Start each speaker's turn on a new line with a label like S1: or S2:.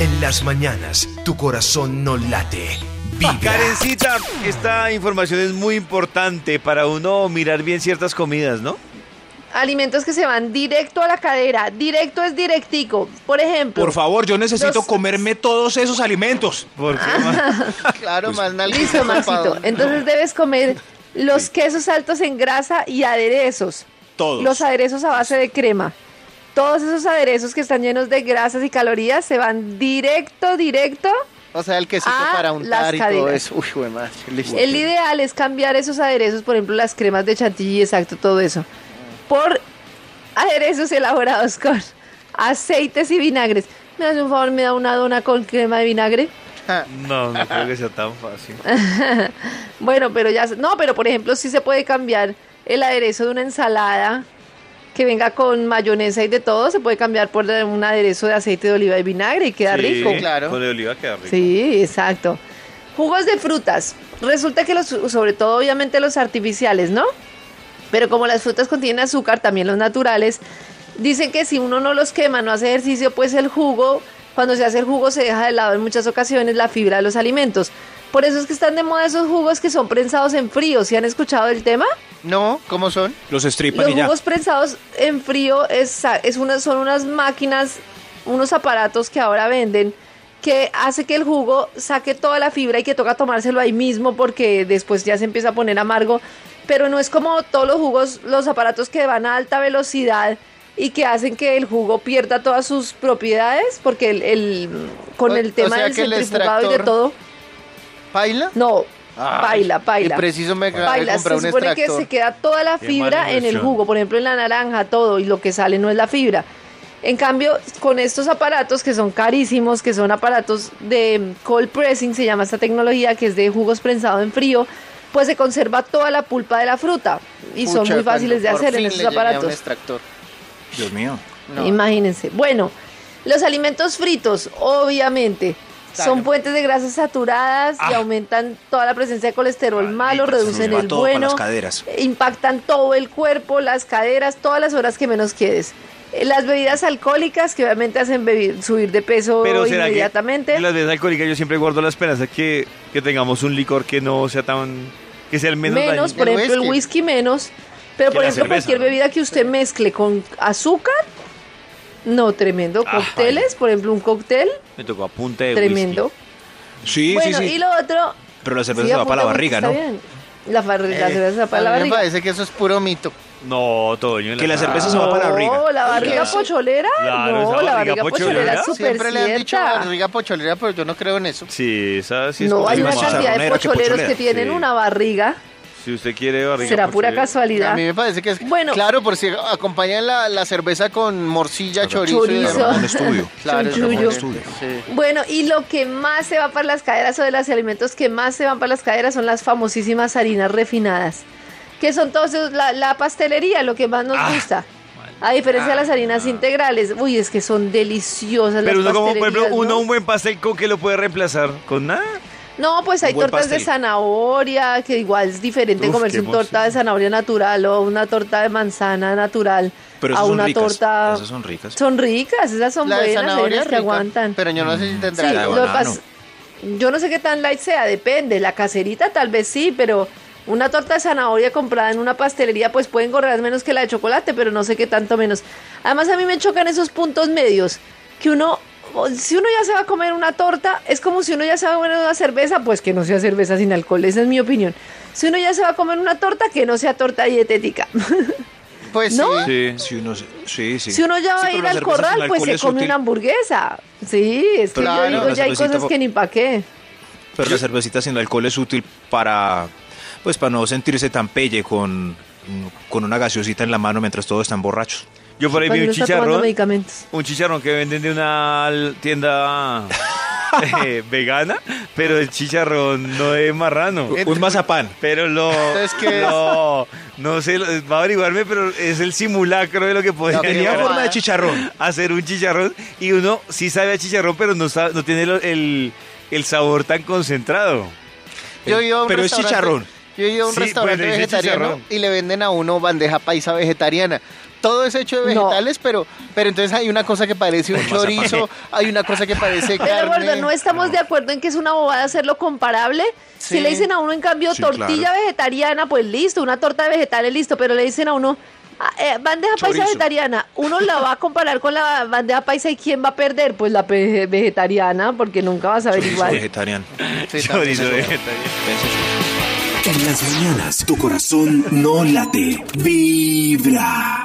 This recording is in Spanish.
S1: En las mañanas, tu corazón no late. Vibra.
S2: Karencita, esta información es muy importante para uno mirar bien ciertas comidas, ¿no?
S3: Alimentos que se van directo a la cadera. Directo es directico. Por ejemplo.
S4: Por favor, yo necesito
S3: Los-
S4: comerme todos esos alimentos.
S2: Porque
S3: Ah.
S2: ma-
S5: Claro, más
S3: Listo, Maxito. Entonces debes comer los quesos altos en grasa y aderezos.
S4: Todos.
S3: Los aderezos a base de crema. Todos esos aderezos que están llenos de grasas y calorías se van directo, directo.
S5: O sea, el quesito
S3: Ah,
S5: para
S3: las
S5: untar y todo
S3: cadenas.
S5: eso. Uy, güey, madre, listo.
S3: El ideal es cambiar esos aderezos, por ejemplo, las cremas de chantilly, exacto, todo eso, por aderezos elaborados con aceites y vinagres. ¿Me hace un favor? ¿Me da una dona con crema de vinagre?
S5: Ah,
S2: no, no creo que sea tan fácil.
S3: Bueno, pero ya. se- No, pero por ejemplo, sí se puede cambiar el aderezo de una ensalada que venga con mayonesa y de todo, se puede cambiar por un aderezo de aceite de oliva y vinagre y queda
S2: Sí,
S3: rico.
S5: claro.
S2: Con el oliva queda rico.
S3: Sí, exacto. Jugos de frutas. Resulta que los, sobre todo obviamente los artificiales, ¿no? Pero como las frutas contienen azúcar, también los naturales, dicen que si uno no los quema, no hace ejercicio, pues el jugo, cuando se hace el jugo se deja de lado en muchas ocasiones la fibra de los alimentos. Por eso es que están de moda esos jugos que son prensados en frío. ¿Si han escuchado del tema?
S5: No, ¿cómo son?
S4: Los estripan
S3: Los
S4: y ya.
S3: jugos prensados en frío es, es una- son unas máquinas, unos aparatos que ahora venden que hace que el jugo saque toda la fibra y que toca tomárselo ahí mismo porque después ya se empieza a poner amargo. Pero no es como todos los jugos, los aparatos que van a alta velocidad y que hacen que el jugo pierda todas sus propiedades porque el, el- con
S5: O-
S3: el
S5: o
S3: tema
S5: sea
S3: del
S5: que el
S3: centrifugado y de
S5: extractor-
S3: todo.
S5: ¿Paila?
S3: No,
S5: Ay,
S3: paila, paila.
S5: Y preciso me acabé de
S3: Paila,
S5: comprar
S3: se
S5: un
S3: supone que
S5: extractor.
S3: se queda toda la
S2: Qué
S3: fibra
S2: mala
S3: en el
S2: inversión.
S3: jugo, por ejemplo en la naranja, todo, y lo que sale no es la fibra. En cambio, con estos aparatos que son carísimos, que son aparatos de mm, cold pressing, se llama esta tecnología, que es de jugos prensados en frío, pues se conserva toda la pulpa de la fruta y son
S5: Pucha,
S3: muy fáciles de
S5: cuando
S3: hacer
S5: por
S3: en
S5: fin
S3: estos
S5: le llegué a un
S3: aparatos.
S5: extractor.
S4: Dios mío.
S5: No.
S3: Imagínense. Bueno, los alimentos fritos, obviamente, son fuentes de grasas saturadas y
S4: Ah.
S3: aumentan toda la presencia de colesterol malo,
S4: Maldita, se
S3: reducen
S4: nos va
S3: el
S4: todo para
S3: bueno,
S4: las caderas.
S3: impactan todo el cuerpo, las caderas, todas las horas que menos quieres. Eh, Las bebidas alcohólicas que obviamente hacen bebi- subir de peso
S2: Pero será que
S3: inmediatamente.
S2: en las bebidas alcohólicas yo siempre guardo la esperanza que, que tengamos un licor que no sea tan... que sea el menos,
S3: menos,
S2: dañino.
S3: por
S5: El
S3: ejemplo, el
S5: whisky.
S3: whisky menos. Pero
S2: Que
S3: por
S2: la
S3: ejemplo,
S2: cerveza,
S3: cualquier
S2: ¿no?
S3: bebida que usted mezcle con azúcar, no, tremendo.
S2: Ah,
S3: Cócteles, por ejemplo, un cóctel,
S2: Me tocó a punta de
S3: tremendo.
S2: whisky.
S4: Sí,
S3: bueno,
S4: sí,
S3: y
S4: sí.
S3: lo otro.
S4: Pero la cerveza
S3: sí,
S4: se va para la
S3: apunta,
S4: barriga,
S3: está
S4: ¿no?
S3: bien. La, barri- la
S5: Eh,
S3: cerveza se va para la
S5: a mí me
S3: barriga.
S5: parece que eso es puro mito.
S2: No, Toño.
S4: Que la cerveza se va para la
S3: No,
S4: barriga.
S3: la barriga
S5: Sí.
S3: pocholera.
S2: Claro,
S3: no,
S2: esa
S3: la
S2: barriga
S3: barriga pocholera
S2: pocholera.
S3: es súper
S5: Siempre le han dicho
S3: cierta.
S5: barriga pocholera, pero yo no creo en eso.
S2: Sí, esa sí es
S3: No,
S2: como
S3: hay
S2: se
S3: una
S2: llama.
S3: cantidad de
S4: Chicharronera que
S3: pocholeros que
S4: pocholera.
S3: tienen
S2: Sí.
S3: una barriga.
S2: Si usted quiere barriga...
S3: Será pura
S2: pocholera.
S3: casualidad.
S5: A mí me parece que es.
S3: Bueno.
S5: Claro, por si acompañan la, la cerveza con morcilla, chorizo. y
S3: Chorizo.
S5: demás.
S4: Un estudio.
S5: Claro,
S3: Chunchullo.
S5: es diferente, sí.
S3: Bueno, y lo que más se va para las caderas o de los alimentos que más se van para las caderas son las famosísimas harinas refinadas, que son todos esos- la, la pastelería, lo que más nos
S4: Ah,
S3: gusta. A diferencia de las harinas integrales, uy, es que son deliciosas
S2: Pero
S3: las
S2: uno como, por ejemplo,
S3: pastelerías,
S2: uno
S3: ¿no?
S2: un buen pastel con que lo puede reemplazar con nada.
S3: No, pues hay
S4: Un buen
S3: tortas de
S4: pastel.
S3: zanahoria, que igual es diferente
S2: Uf,
S3: comerse
S2: qué
S3: una torta de zanahoria natural o una torta de manzana natural
S4: Pero
S3: a
S4: esas son
S3: una
S4: ricas.
S3: torta.
S4: Esas son ricas.
S3: Son ricas, esas son
S5: La de
S3: buenas, hay
S5: zanahoria
S3: unas
S5: es
S3: que
S5: rica,
S3: aguantan.
S5: Pero yo no sé si
S3: Sí,
S5: tendrá.
S4: la de
S3: lo que
S4: banano.
S3: pasa- yo no sé qué tan light sea, depende. La caserita tal vez sí, pero una torta de zanahoria comprada en una pastelería pues puede engordar menos que la de chocolate, pero no sé qué tanto menos. Además a mí me chocan esos puntos medios, que uno, o- si uno ya se va a comer una torta, es como si uno ya se va a comer una cerveza, pues que no sea cerveza sin alcohol, esa es mi opinión. Si uno ya se va a comer una torta, que no sea torta dietética.
S5: Pues
S3: ¿No?
S5: sí.
S2: Sí.
S4: Si uno, se- sí, sí.
S3: Si uno ya va
S4: Sí,
S3: a
S4: pero
S3: ir
S4: la
S3: al
S4: cerveza sin
S3: corral, pues
S4: alcohol
S3: se
S4: es
S3: come
S4: útil.
S3: una hamburguesa. Sí, es que
S5: Claro,
S3: yo digo,
S4: la
S3: ya hay
S4: cervecita
S3: cosas
S4: po-
S3: que ni pa' qué.
S4: Pero la cervecita sin alcohol es útil para, pues, para no sentirse tan pelle con, con una gaseosita en la mano mientras todos están borrachos.
S2: Yo por ahí
S3: Cuando
S2: vi un
S3: uno está tomando
S2: chicharrón.
S3: medicamentos.
S2: Un chicharrón que venden de una al- tienda eh, vegana, pero el chicharrón no es marrano.
S4: Un mazapán.
S2: Pero lo.
S5: Entonces, ¿qué es?
S2: No, no sé, lo- va a averiguarme, pero es el simulacro de lo que podría
S5: qué
S4: Tenía
S5: bobada.
S4: forma de chicharrón.
S2: hacer un chicharrón. Y uno sí sabe a chicharrón, pero no, sabe- no tiene lo- el, el sabor tan concentrado.
S5: Yo he ido a un
S4: Pero es
S5: restaurante-
S4: chicharrón.
S5: Yo he ido a un
S2: Sí,
S5: restaurante
S2: bueno, dice
S5: vegetariano
S2: chicharrón.
S5: y le venden a uno bandeja paisa vegetariana. todo es hecho de
S3: No.
S5: vegetales, pero, pero entonces hay una cosa que parece un chorizo, hay una cosa que parece
S3: Pero
S5: carne.
S3: Eduardo, no estamos de acuerdo en que es una bobada hacerlo comparable. Si
S5: Sí.
S3: le dicen a uno, en cambio,
S4: Sí,
S3: tortilla
S4: claro.
S3: vegetariana, pues listo, una torta de vegetales, listo, pero le dicen a uno, "Ah, eh, bandeja paisa
S4: Chorizo.
S3: vegetariana, uno la va a comparar con la bandeja paisa y quién va a perder, pues la pe- vegetariana, porque nunca vas a ver
S4: Chorizo
S3: igual.
S4: vegetariano.
S5: Sí, también
S2: Chorizo
S5: es bueno.
S2: vegetariano.
S1: Que en las mañanas tu corazón no late, vibra.